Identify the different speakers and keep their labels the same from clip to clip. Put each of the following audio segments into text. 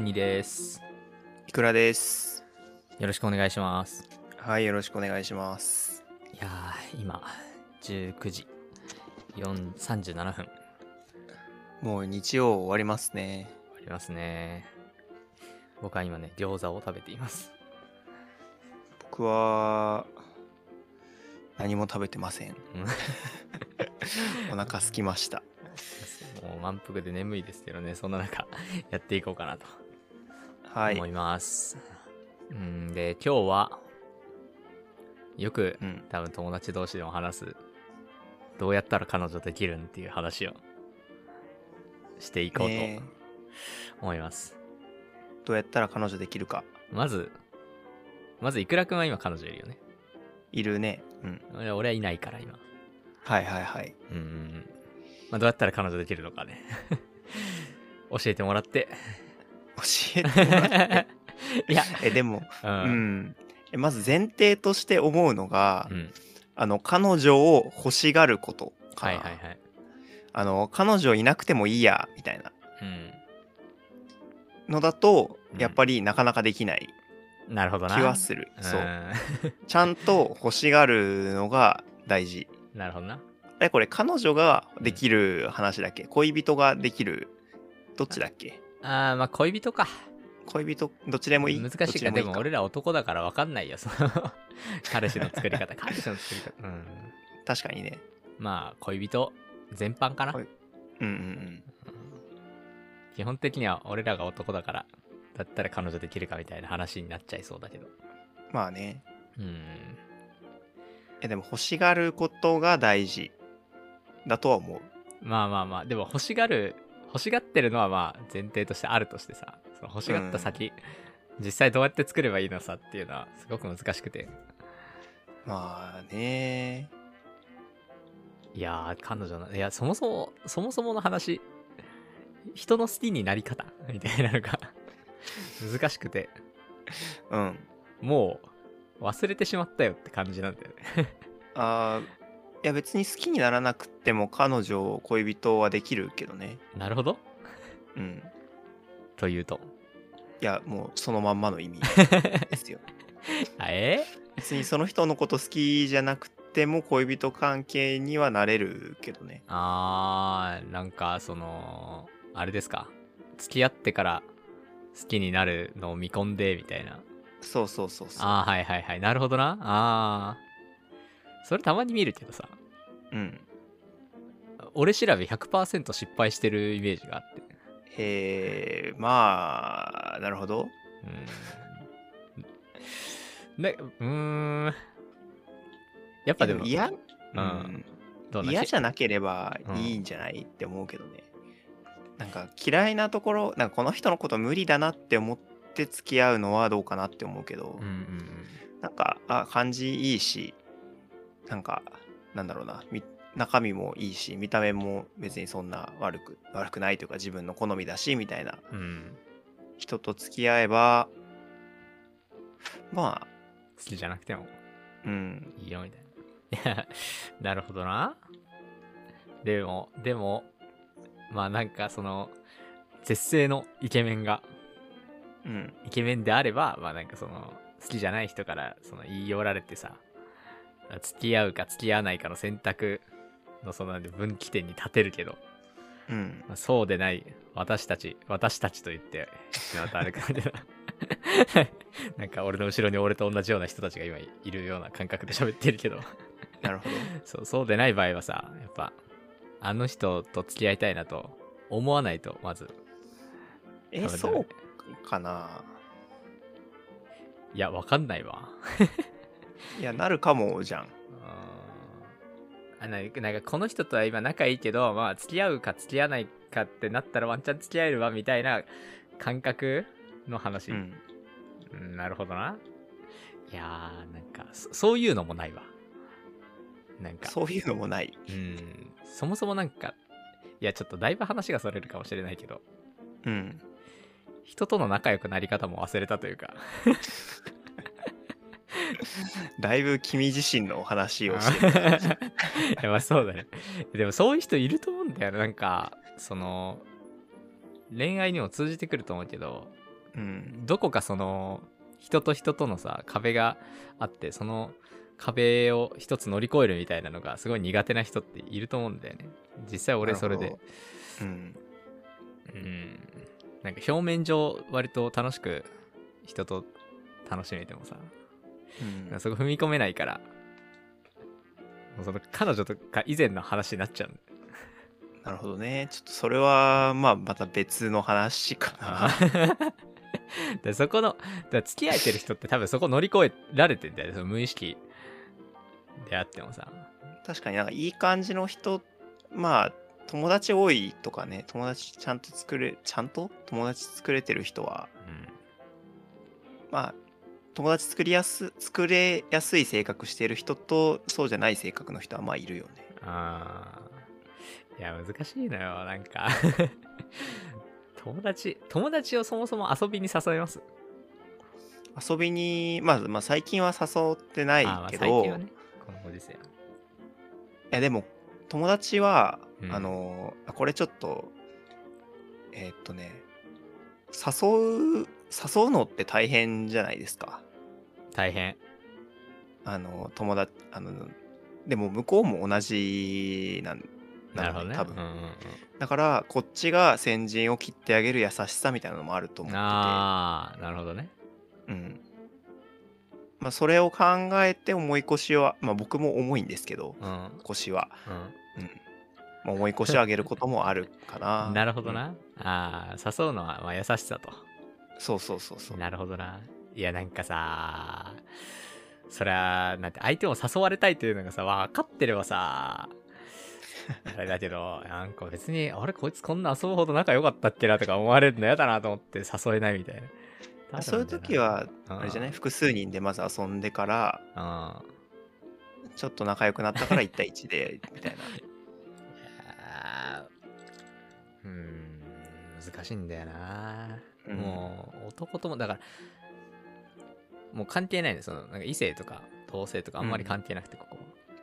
Speaker 1: みです。
Speaker 2: いくらです。
Speaker 1: よろしくお願いします。
Speaker 2: はい、よろしくお願いします。
Speaker 1: いやー、今、19時4 37分
Speaker 2: もう日曜終わりますね。
Speaker 1: ありますね。僕は今ね、餃子を食べています。
Speaker 2: 僕は、何も食べてません。
Speaker 1: うん
Speaker 2: お腹空きました。
Speaker 1: もう満腹で眠いですけどね、そんな中、やっていこうかなと
Speaker 2: はい。
Speaker 1: 思います。うんで、今日は、よく
Speaker 2: うん。
Speaker 1: 多分友達同士でも話すどうやったら彼女できるんっていう話をしていこう
Speaker 2: ね
Speaker 1: と思います、
Speaker 2: えどうやったら彼女できるか。
Speaker 1: まずまずいくらくんは今彼女いるよね
Speaker 2: いるね。うん。
Speaker 1: 俺俺はいないから今
Speaker 2: はいはい はい。
Speaker 1: うんうんうん、まあ、どうやったら彼女できるのかね 教えてもらって
Speaker 2: 教えてもらって。
Speaker 1: いや
Speaker 2: え、でも、
Speaker 1: う、
Speaker 2: うんん。えまず前提として思うのが、
Speaker 1: うん
Speaker 2: あの、彼女を欲しがることか
Speaker 1: は
Speaker 2: な。
Speaker 1: いはいはい
Speaker 2: あの、彼女いなくてもいいや、みたいな
Speaker 1: う
Speaker 2: のだと、
Speaker 1: うん
Speaker 2: やっぱりなかなかできない
Speaker 1: んなるほどな
Speaker 2: 気はする。
Speaker 1: うん
Speaker 2: そう。ちゃんと欲しがるのが大事。
Speaker 1: なるほどな
Speaker 2: え、これ彼女ができる話だっけ恋人ができるどっちだっけ
Speaker 1: あーまあ恋人か
Speaker 2: 恋人どっちでもいい
Speaker 1: 難しいから
Speaker 2: どっ
Speaker 1: で
Speaker 2: ちで
Speaker 1: も
Speaker 2: もいい
Speaker 1: 俺ら男だから分かんないよその彼氏の作り 方彼氏の作り方うん
Speaker 2: 確かにね。
Speaker 1: まあ恋人全般かな、
Speaker 2: はいうんうんうん。
Speaker 1: 基本的には俺らが男だからだったら彼女できるかみたいな話になっちゃいそうだけど
Speaker 2: まあね。
Speaker 1: うん
Speaker 2: え、でも欲しがることが大事だとは思う。
Speaker 1: まあまあまあでも欲しがる欲しがってるのはまあ前提としてあるとしてさその欲しがった先、実際どうやって作ればいいのさっていうのはすごく難しくて
Speaker 2: まあね。
Speaker 1: いやー彼女のいやそもそもそもそもの話人の好きになり方みたいなのが難しくて
Speaker 2: うん。
Speaker 1: もう忘れてしまったよって感じなんだよね
Speaker 2: あーいや別に好きにならなくても彼女、恋人はできるけどね。
Speaker 1: なるほど
Speaker 2: うん。
Speaker 1: というと
Speaker 2: いや、もうそのまんまの意味ですよ。
Speaker 1: あえ
Speaker 2: 別にその人のこと好きじゃなくても恋人関係にはなれるけどね
Speaker 1: ー、あーなんかそのあれですか付き合ってから好きになるのを見込んでみたいな
Speaker 2: そうそうそうそう
Speaker 1: あーはいはいはいなるほどなあーそれたまに見るけどさ
Speaker 2: うん
Speaker 1: 俺調べ100%失敗してるイメージがあって
Speaker 2: へえまあなるほど
Speaker 1: うん。ね、うーん。やっぱでも、
Speaker 2: 嫌、
Speaker 1: う
Speaker 2: うんん、
Speaker 1: どうなん
Speaker 2: 嫌じゃなければいいんじゃない、って思うけどねなんか嫌いなところなんかこの人のこと無理だなって思って付き合うのはどうかなって思うけど、
Speaker 1: うんうんうん。
Speaker 2: なんかあ感じいいしなんかなんだろうなみ中身もいいし見た目も別にそんな悪く悪くないというか自分の好みだしみたいな
Speaker 1: うん。
Speaker 2: 人と付き合えばま
Speaker 1: 好きじゃなくても
Speaker 2: あうん
Speaker 1: いいよみたいな。いや、 なるほどな。でも、でも、まあなんかその、絶世のイケメンが、
Speaker 2: うん
Speaker 1: イケメンであれば、まあなんかその、好きじゃない人からその言い寄られてさ、付き合うか付き合わないかの選択のそのなんで分岐点に立てるけど、
Speaker 2: うん
Speaker 1: まあそうでない私たち私たちと言ってまたあれかみたいななん か俺の後ろに俺と同じような人たちが今いるような感覚で喋ってるけど
Speaker 2: なるほど
Speaker 1: そうそうでない場合はさやっぱあの人と付き合いたいなと思わないとまず
Speaker 2: え
Speaker 1: 多分ダ
Speaker 2: そ
Speaker 1: メ
Speaker 2: うかない
Speaker 1: やわかんないわ
Speaker 2: いやなるかもじゃん
Speaker 1: うーんあななんかこの人とは今仲いいけどまあ付き合うか付き合わないかってなったらワンチャン付き合えるわみたいな感覚の話、
Speaker 2: うん
Speaker 1: うんなるほどな。いやー、なんかそ、そういうのもないわ。なんか、
Speaker 2: そういうのもない
Speaker 1: うん、そもそもなんか、いや、ちょっとだいぶ話がそれるかもしれないけど、
Speaker 2: うん
Speaker 1: 人との仲良くなり方も忘れたというか、
Speaker 2: だいぶ君自身のお話をし て
Speaker 1: いやまあそうだね。でもそういう人いると思うんだよね。なんか、その、恋愛にも通じてくると思うけど、
Speaker 2: うん。
Speaker 1: どこかその人と人とのさ壁があってその壁を一つ乗り越えるみたいなのがすごい苦手な人っていると思うんだよね実際俺それ
Speaker 2: な
Speaker 1: で
Speaker 2: るほど。うん。
Speaker 1: うんなんか表面上割と楽しく人と楽しめてもさ
Speaker 2: うん、
Speaker 1: そこ踏み込めないからもうその彼女とか以前の話になっちゃう
Speaker 2: なるほどね。ちょっとそれは、まあ、また別の話かな。
Speaker 1: でそこのだから付き合えてる人って多分そこ乗り越えられてんだよねその無意識であってもさ
Speaker 2: 確かになんかいい感じの人まあ友達多いとかね友達ちゃんと作れちゃんと友達作れてる人は
Speaker 1: うん
Speaker 2: まあ友達作りやす作れやすい性格してる人とそうじゃない性格の人はまあいるよね
Speaker 1: あーいや難しいのよなんか 友達友達をそもそも遊びに誘います
Speaker 2: 遊びにまず、まあ、最近は誘ってない
Speaker 1: あーまあ
Speaker 2: け
Speaker 1: 最
Speaker 2: ど、
Speaker 1: 近はねこのご時世
Speaker 2: いやでも友達は、
Speaker 1: うん
Speaker 2: あのあこれちょっとえーっとね誘う誘うのって大変じゃないですか
Speaker 1: 大変
Speaker 2: あの友達あのでも向こうも同じなん
Speaker 1: な
Speaker 2: な
Speaker 1: るほ
Speaker 2: の
Speaker 1: ど
Speaker 2: ね
Speaker 1: ね
Speaker 2: 多分
Speaker 1: うんうんうん
Speaker 2: だからこっちが先陣を切ってあげる優しさみたいなのもあると思って
Speaker 1: ああなるほどね
Speaker 2: て、うんまあ、それを考えて重い腰は、まあ、僕も重いんですけど
Speaker 1: うん
Speaker 2: 腰は、
Speaker 1: う
Speaker 2: うんまあ、重い腰を上げることもあるかな ん
Speaker 1: なるほど
Speaker 2: うん
Speaker 1: な、ああ誘うのはまあ優しさと
Speaker 2: そうそうそうそう
Speaker 1: なるほどな。いや、なんかさ、そりゃ、なんて、相手も誘われたいというのがさ、分かってればさ、あれだけど、 なんか別に、あれ、こいつこんな遊ぶほど仲良かったっけなとか思われるの嫌だなと思って誘えないみたいな。
Speaker 2: あそういう時はあれじゃない
Speaker 1: い
Speaker 2: 複数人でまず遊んでから
Speaker 1: うん。あ
Speaker 2: ちょっと仲良くなったから1対1で みたいな
Speaker 1: ーうーん、難しいんだよな。
Speaker 2: うん
Speaker 1: もう、男とも、だから、もう関係ないね。その、なんか異性とか同性とかあんまり関係なくて、ここは。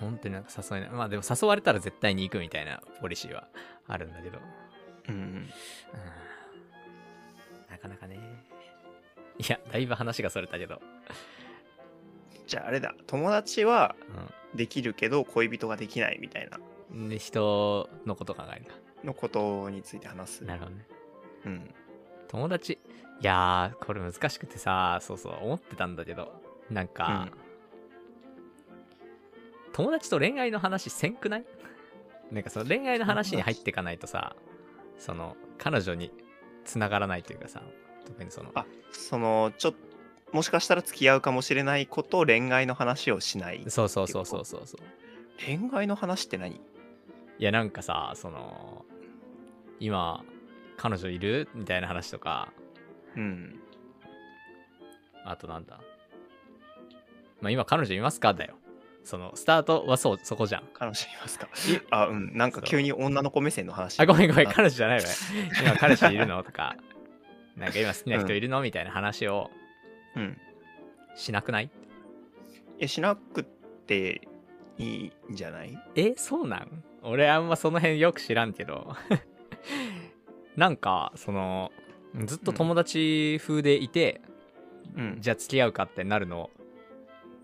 Speaker 1: 本当になんか誘えない。まあでも誘われたら絶対に行くみたいなポリシーはあるんだけど。
Speaker 2: うん
Speaker 1: うんなかなかね。いや、だいぶ話がそれたけど。
Speaker 2: じゃああれだ友達は
Speaker 1: うん
Speaker 2: できるけど恋人ができないみたいな
Speaker 1: で人のこと考える
Speaker 2: のことについて話す。
Speaker 1: な。なるほどね。
Speaker 2: うん。
Speaker 1: 友達いやーこれ難しくてさそうそう思ってたんだけどなんか、友達と恋愛の話せんくないなんかその恋愛の話に入っていかないとさその彼女に繋がらないというかさ特にその
Speaker 2: あそのちょっともしかしたら付き合うかもしれないことを恋愛の話をしない。
Speaker 1: そうそうそうそうそうそう
Speaker 2: 恋愛の話って何
Speaker 1: いやなんかさその今彼女いるみたいな話とか
Speaker 2: うん。
Speaker 1: あとなんだまあ今彼女いますかだよそのスタートはそうそこじゃん
Speaker 2: 彼女いますかあ、うん。なんか急に女の子目線の話。
Speaker 1: あ、ごめんごめん、
Speaker 2: な
Speaker 1: 彼女じゃない わ。今彼氏いるのとか、なんか今好きな人いるのみたいな話を
Speaker 2: うん。
Speaker 1: しなくない
Speaker 2: いや、しなくっていいんじゃない
Speaker 1: え、そうなん俺あんまその辺よく知らんけど。 なんか、その、ずっと友達風でいて、
Speaker 2: うん。
Speaker 1: じゃあ付き合うかってなるの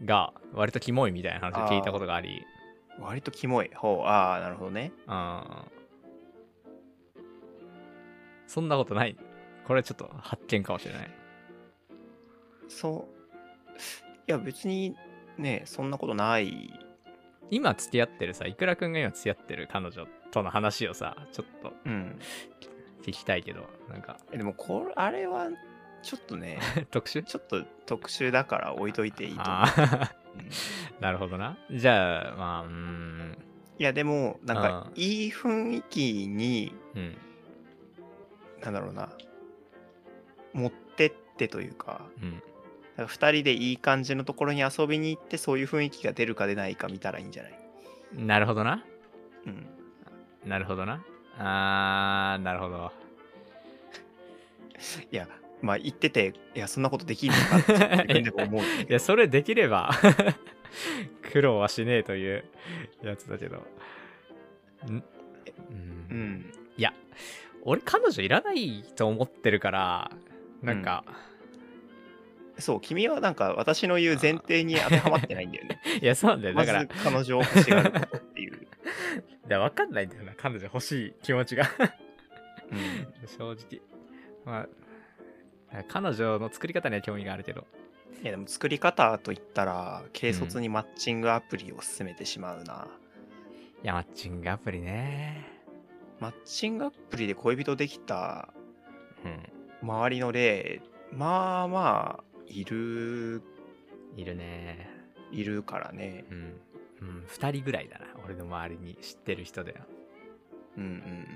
Speaker 1: が、割とキモいみたいな話を聞いたことがあり、
Speaker 2: 割とキモい。ほう。ああ、なるほどね。
Speaker 1: うん。そんなことない。これちょっと発見かもしれない。
Speaker 2: そう。いや、別にね、そんなことない。
Speaker 1: 今付き合ってるさいくらくんが今付き合ってる彼女との話をさちょっと
Speaker 2: うん。
Speaker 1: 聞きたいけどなんか
Speaker 2: えでも、これ、あれは、ちょっとね。
Speaker 1: 特殊
Speaker 2: ちょっと特殊だから置いといていいと思う。
Speaker 1: あ
Speaker 2: うんい
Speaker 1: ー なるほどなじゃあまあうーん
Speaker 2: やでもなんか
Speaker 1: あ
Speaker 2: いい雰囲気に
Speaker 1: うん
Speaker 2: なんだろうな持ってってというか
Speaker 1: うん
Speaker 2: なんか2人でいい感じのところに遊びに行ってそういう雰囲気が出るか出ないか見たらいいんじゃない、
Speaker 1: なるほどな
Speaker 2: うん、
Speaker 1: なるほどなあーなるほど
Speaker 2: いやまあ行ってていやそんなことできるのかって自 分でも思うんだけど
Speaker 1: いやそれできれば 苦労はしねえというやつだけどんう
Speaker 2: うんん
Speaker 1: いや俺彼女いらないと思ってるからなんか、
Speaker 2: そう、君はなんか私の言う前提に当てはまってないんだ よね。
Speaker 1: いやそうなんだよ
Speaker 2: ま
Speaker 1: だ
Speaker 2: ず
Speaker 1: から、
Speaker 2: 彼女を欲しがることっていう。
Speaker 1: いや分かんないんだよな彼女欲しい気持ちが
Speaker 2: う ん
Speaker 1: 正直まあ彼女の作り方には興味があるけど
Speaker 2: いやでも作り方といったら、軽率にマッチングアプリを進めてしまうな。
Speaker 1: いやマッチングアプリね
Speaker 2: マッチングアプリで恋人できた
Speaker 1: うん
Speaker 2: 周りの例、まあまあ、いる、
Speaker 1: いるね
Speaker 2: いるからね。
Speaker 1: うん、うん、2人ぐらいだな俺の周りに知ってる人だよ
Speaker 2: うんうん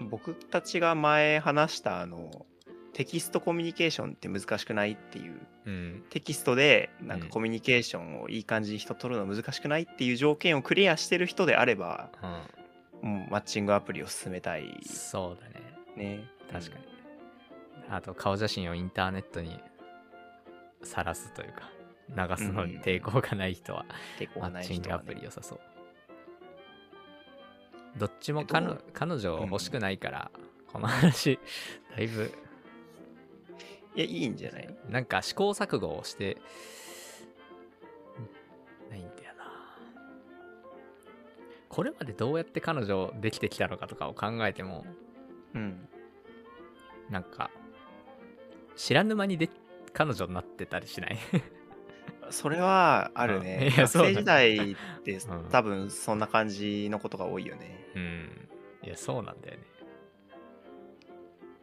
Speaker 2: うん。僕たちが前話した、あの、テキストコミュニケーションって難しくないっていう
Speaker 1: うん
Speaker 2: テキストでなんか
Speaker 1: うん
Speaker 2: コミュニケーションをいい感じに人取るの難しくないっていう条件をクリアしてる人であれば
Speaker 1: う
Speaker 2: もうマッチングアプリを進めたい
Speaker 1: んそうだね
Speaker 2: ね
Speaker 1: 確かに、あと顔写真をインターネットにさらすというか流すのに抵抗がない人は
Speaker 2: 抵抗
Speaker 1: マ
Speaker 2: がな
Speaker 1: ッ
Speaker 2: い
Speaker 1: チン
Speaker 2: 人
Speaker 1: グ
Speaker 2: は
Speaker 1: ア
Speaker 2: ね
Speaker 1: プリ良さそう。どっちも彼
Speaker 2: えどう
Speaker 1: 彼女欲しくないから、この話、だいぶ、
Speaker 2: いやいいんじゃない
Speaker 1: なんか試行錯誤をして、ないんだよな。これまでどうやって彼女できてきたのかとかを考えても、
Speaker 2: うん
Speaker 1: なんか、知らぬ間にで彼女になってたりしない
Speaker 2: それはある
Speaker 1: うんい
Speaker 2: ね
Speaker 1: や
Speaker 2: 学
Speaker 1: そう
Speaker 2: 生
Speaker 1: だ
Speaker 2: 時代って
Speaker 1: うん
Speaker 2: 多分そんな感じのことが多いよね
Speaker 1: うん。いや、そうなんだよね。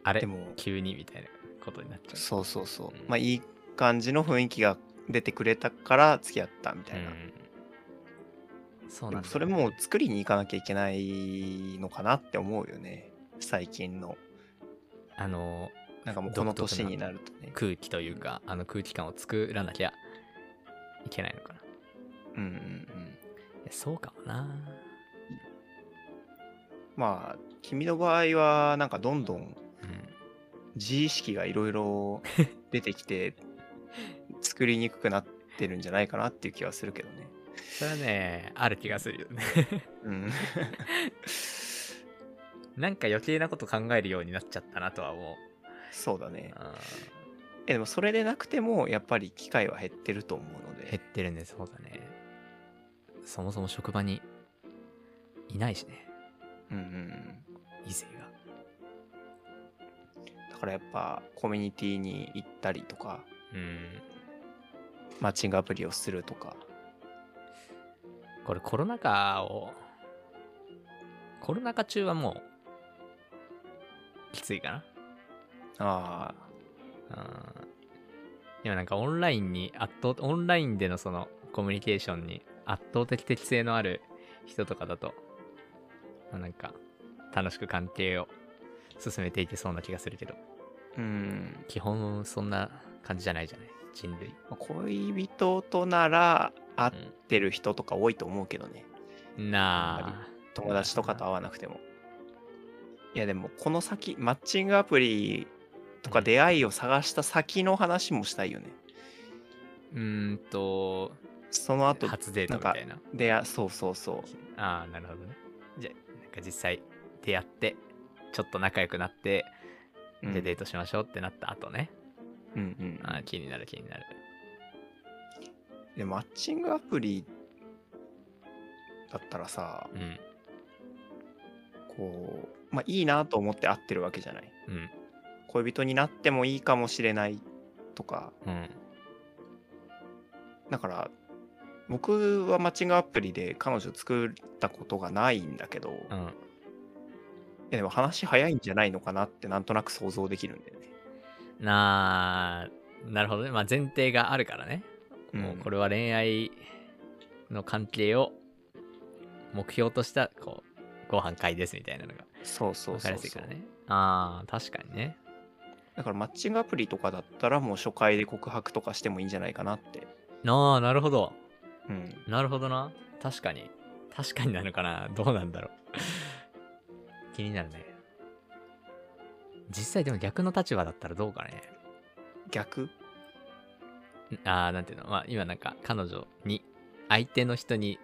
Speaker 1: あれ
Speaker 2: でも
Speaker 1: 急にみたいなことになっちゃう。
Speaker 2: そうそうそう
Speaker 1: うん
Speaker 2: まあいい感じの雰囲気が出てくれたから付き合ったみたい
Speaker 1: う
Speaker 2: な
Speaker 1: んそう
Speaker 2: で
Speaker 1: なんだ
Speaker 2: も
Speaker 1: よ
Speaker 2: それも作りに行かなきゃいけないのかなって思うよね最近の
Speaker 1: あの
Speaker 2: なんかもうこの年にな
Speaker 1: る
Speaker 2: るとね。
Speaker 1: 空気というかあの空気感を作らなきゃいけないのかない
Speaker 2: うんうんうん。
Speaker 1: やそうかもな
Speaker 2: まあ、君の場合は、なんかどんどん
Speaker 1: うん
Speaker 2: 自意識がいろいろ出てき て、作りにくくなってるんじゃないかなっていう気はするけどね。
Speaker 1: それはねある気がするよ ね
Speaker 2: うん。
Speaker 1: なんか余計なこと考えるようになっちゃったなとは思う
Speaker 2: そうだね。
Speaker 1: あ
Speaker 2: えでもそれでなくても、やっぱり機会は減ってると思うの
Speaker 1: ー減っ
Speaker 2: で、
Speaker 1: てるんでそうだねそもそも職場にいないしね
Speaker 2: うんうんうん。
Speaker 1: 異性が
Speaker 2: だからやっぱコミュニティに行ったりとか、
Speaker 1: うん
Speaker 2: マッチングアプリをするとか。
Speaker 1: これコロナ禍をコロナ禍中はもうきついかな
Speaker 2: ああ、
Speaker 1: うんでもなんかオンラインに圧倒オンラインでのそのコミュニケーションに圧倒的適性のある人とかだと、まあなんか楽しく関係を進めていけそうな気がするけど
Speaker 2: うん。
Speaker 1: 基本そんな感じじゃないじゃない人類
Speaker 2: まあ恋人となら会ってる人とか多いと思うけどね、あん
Speaker 1: なあ
Speaker 2: 友達とかと会わなくてもいやでもこの先マッチングアプリとか出会いを探した先の話もしたいよね、
Speaker 1: うーんと
Speaker 2: その後
Speaker 1: 初デートみたいな
Speaker 2: 出会そうそうそう
Speaker 1: ああなるほどねじゃあなんか実際出会ってちょっと仲良くなって
Speaker 2: うん
Speaker 1: でデートしましょうってなった後ね、
Speaker 2: うんうん
Speaker 1: ああ気になる気になる
Speaker 2: でマッチングアプリだったらさ
Speaker 1: うん
Speaker 2: こうまあいいなと思って会ってるわけじゃない
Speaker 1: うん
Speaker 2: 恋人になってもいいかもしれないとか
Speaker 1: うん
Speaker 2: だから僕はマッチングアプリで彼女作ったことがないんだけど、
Speaker 1: う
Speaker 2: い
Speaker 1: ん
Speaker 2: やでも話早いんじゃないのかなってなんとなく想像できるんだよね。
Speaker 1: なあなるほどね、まあ、前提があるからね、
Speaker 2: うん
Speaker 1: もうこれは恋愛の関係を目標としたこうご飯会ですみたいなのが
Speaker 2: そうそう
Speaker 1: 分か
Speaker 2: そ
Speaker 1: り
Speaker 2: う
Speaker 1: やすい
Speaker 2: そ
Speaker 1: か
Speaker 2: う
Speaker 1: らねああ確かにね
Speaker 2: だからマッチングアプリとかだったらもう初回で告白とかしてもいいんじゃないかなって。
Speaker 1: ああなるほど
Speaker 2: うん、
Speaker 1: なるほどな確かに確かになのかなどう なんだろう気になるね実際でも逆の立場だったらどうかね
Speaker 2: 逆
Speaker 1: ああなんていうのまあ今なんか彼女に相手の人に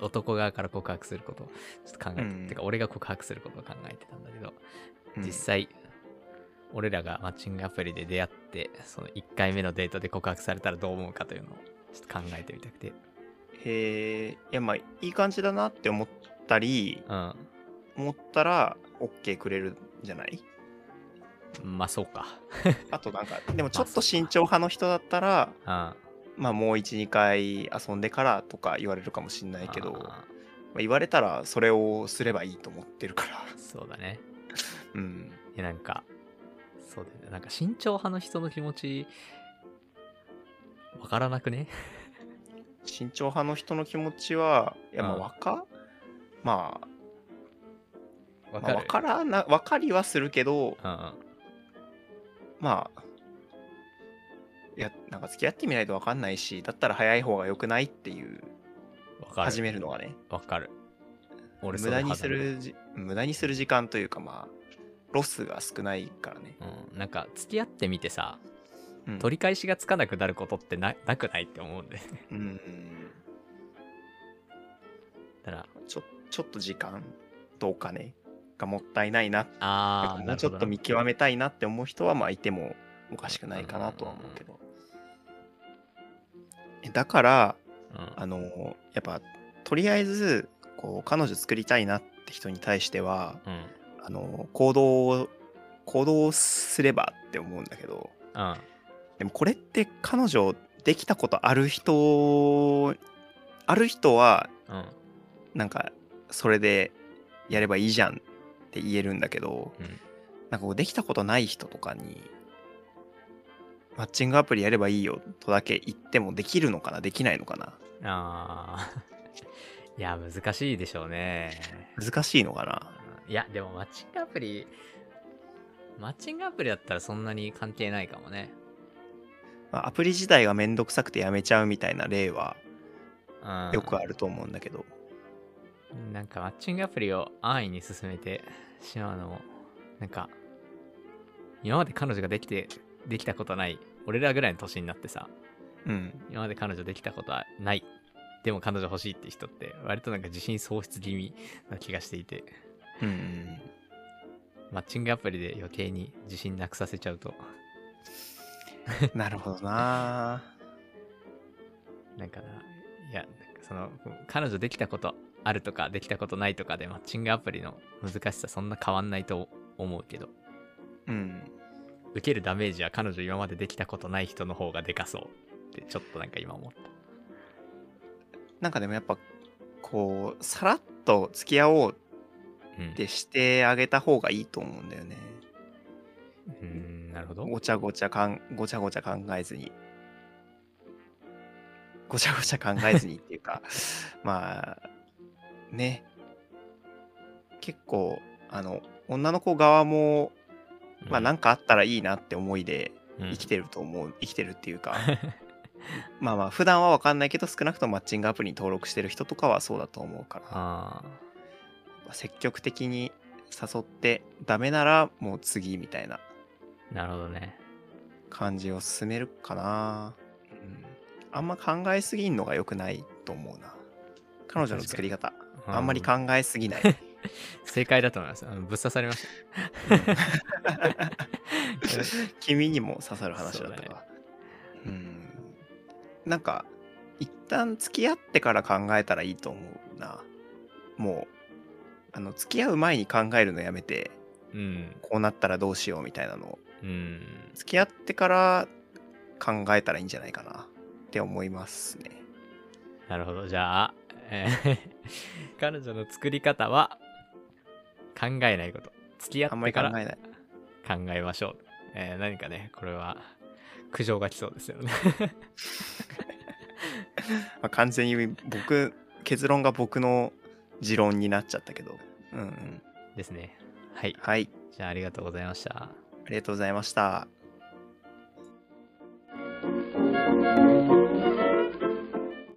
Speaker 1: 男側から告白することをちょっと考えて、
Speaker 2: うん
Speaker 1: てか俺が告白することを考えてたんだけど、
Speaker 2: うん
Speaker 1: 実際俺らがマッチングアプリで出会ってその1回目のデートで告白されたらどう思うかというのをちょっと考えてみたくて
Speaker 2: へえいやまあいい感じだなって思ったり
Speaker 1: うん
Speaker 2: 思ったら OK くれるんじゃない
Speaker 1: まあそうか
Speaker 2: あとなんかでもちょっと慎重派の人だったら
Speaker 1: うん
Speaker 2: まあもう12回遊んでからとか言われるかもしんないけどま
Speaker 1: あ
Speaker 2: あ言われたらそれをすればいいと思ってるから
Speaker 1: ー そうだね
Speaker 2: うん
Speaker 1: いやなんかそうだよねなんか慎重派の人の気持ちわからなくね
Speaker 2: 慎重派の人の気持ちはいやまあ
Speaker 1: うん
Speaker 2: 若まあ、
Speaker 1: わ
Speaker 2: まあ、分からな分かりはするけど
Speaker 1: うん
Speaker 2: まあいやなんか付き合ってみないと分かんないしだったら早い方が良くないっていう
Speaker 1: うんわかる
Speaker 2: 始めるのがね
Speaker 1: わかる俺
Speaker 2: 無駄にす
Speaker 1: それ派だね
Speaker 2: るじ無駄にする時間というかまあロスが少ないからね、
Speaker 1: うん、なんか付き合ってみてさ
Speaker 2: うん、
Speaker 1: 取り返しがつかなくなることってななくないって思うんで
Speaker 2: うん
Speaker 1: だから
Speaker 2: ちょちょっと時間とお金がもったいないな
Speaker 1: ああ
Speaker 2: もうちょっと見極めたいなって思う人はまあいてもおかしくないかなとは思うけどえだからあのやっぱとりあえずこう彼女作りたいなって人に対しては
Speaker 1: うんうん
Speaker 2: あの行動を行動すればって思うんだけど
Speaker 1: うん
Speaker 2: でもこれって彼女できたことある人ある人は
Speaker 1: うん
Speaker 2: なんかそれでやればいいじゃんって言えるんだけど、
Speaker 1: うん
Speaker 2: なんかこうできたことない人とかにマッチングアプリやればいいよとだけ言ってもできるのかなできないのかな
Speaker 1: うんああ いや難しいでしょうね
Speaker 2: 難しいのかない
Speaker 1: やでもマッチングアプリマッチングアプリだったらそんなに関係ないかもね
Speaker 2: まあアプリ自体がめんどくさくてやめちゃうみたいな例は
Speaker 1: うん
Speaker 2: よくあると思うんだけど、
Speaker 1: なんかマッチングアプリを安易に進めてしまうのも、なんか、今まで彼女ができて、できたことない、俺らぐらいの年になってさ、
Speaker 2: うん、
Speaker 1: 今まで彼女できたことはない、でも彼女欲しいって人って、割となんか自信喪失気味な気がしていて、
Speaker 2: うんうん
Speaker 1: マッチングアプリで余計に自信なくさせちゃうと、
Speaker 2: なるほどな
Speaker 1: なんかな、いや、なんかその、彼女できたことあるとか、できたことないとかで、マッチングアプリの難しさそんな変わんないと思うけど、
Speaker 2: うん
Speaker 1: 受けるダメージは彼女今までできたことない人の方がでかそうってちょっとなんか今思っ
Speaker 2: なんかでもやっぱこうさらっと付き合おう
Speaker 1: た。うん
Speaker 2: っ、てしてあげた方がいいと思うんだよね、
Speaker 1: うーんなるほど。
Speaker 2: ごちゃごちゃかんごちゃごちゃ考えずにごちゃごちゃ考えずにっていうか まあね結構あの女の子側もまあ
Speaker 1: うん
Speaker 2: 何かあったらいいなって思いで
Speaker 1: うん
Speaker 2: 生きてると思う、生きてるってい うかまあまあ普段は分かんないけど少なくともマッチングアプリに登録してる人とかはそうだと思うから
Speaker 1: あ
Speaker 2: 積極的に誘ってダメならもう次みたいな
Speaker 1: あ、なるほどね。
Speaker 2: 感じを進めるかな、うん、あんま考えすぎんのが良くないと思うな彼女の作り方あんまり
Speaker 1: か
Speaker 2: 考えすぎない
Speaker 1: 正解だと思います。あのぶっ刺されまし
Speaker 2: 君にも刺さる話だった
Speaker 1: そうだ
Speaker 2: わうんなんか一旦付き合ってから考えたらいいと思うなもうあの付き合う前に考えるのやめて
Speaker 1: た。うん。
Speaker 2: こうなったらどうしようみたいなのを
Speaker 1: うん。
Speaker 2: 付き合ってから考えたらいいんじゃないかなって思いますね
Speaker 1: なるほど。じゃあ、えー彼女の作り方は考えないこと。付き合
Speaker 2: あん
Speaker 1: っ
Speaker 2: ま
Speaker 1: て
Speaker 2: り考
Speaker 1: か
Speaker 2: え
Speaker 1: ら
Speaker 2: ない
Speaker 1: 考えましょう。えー何かね、これは苦情が来そうですよね。
Speaker 2: まあ、完全に僕結論が僕の持論になっちゃったけど、うんうん、
Speaker 1: ですね。はい。
Speaker 2: はい
Speaker 1: じゃあありがとうございました。
Speaker 2: ありがとうございました。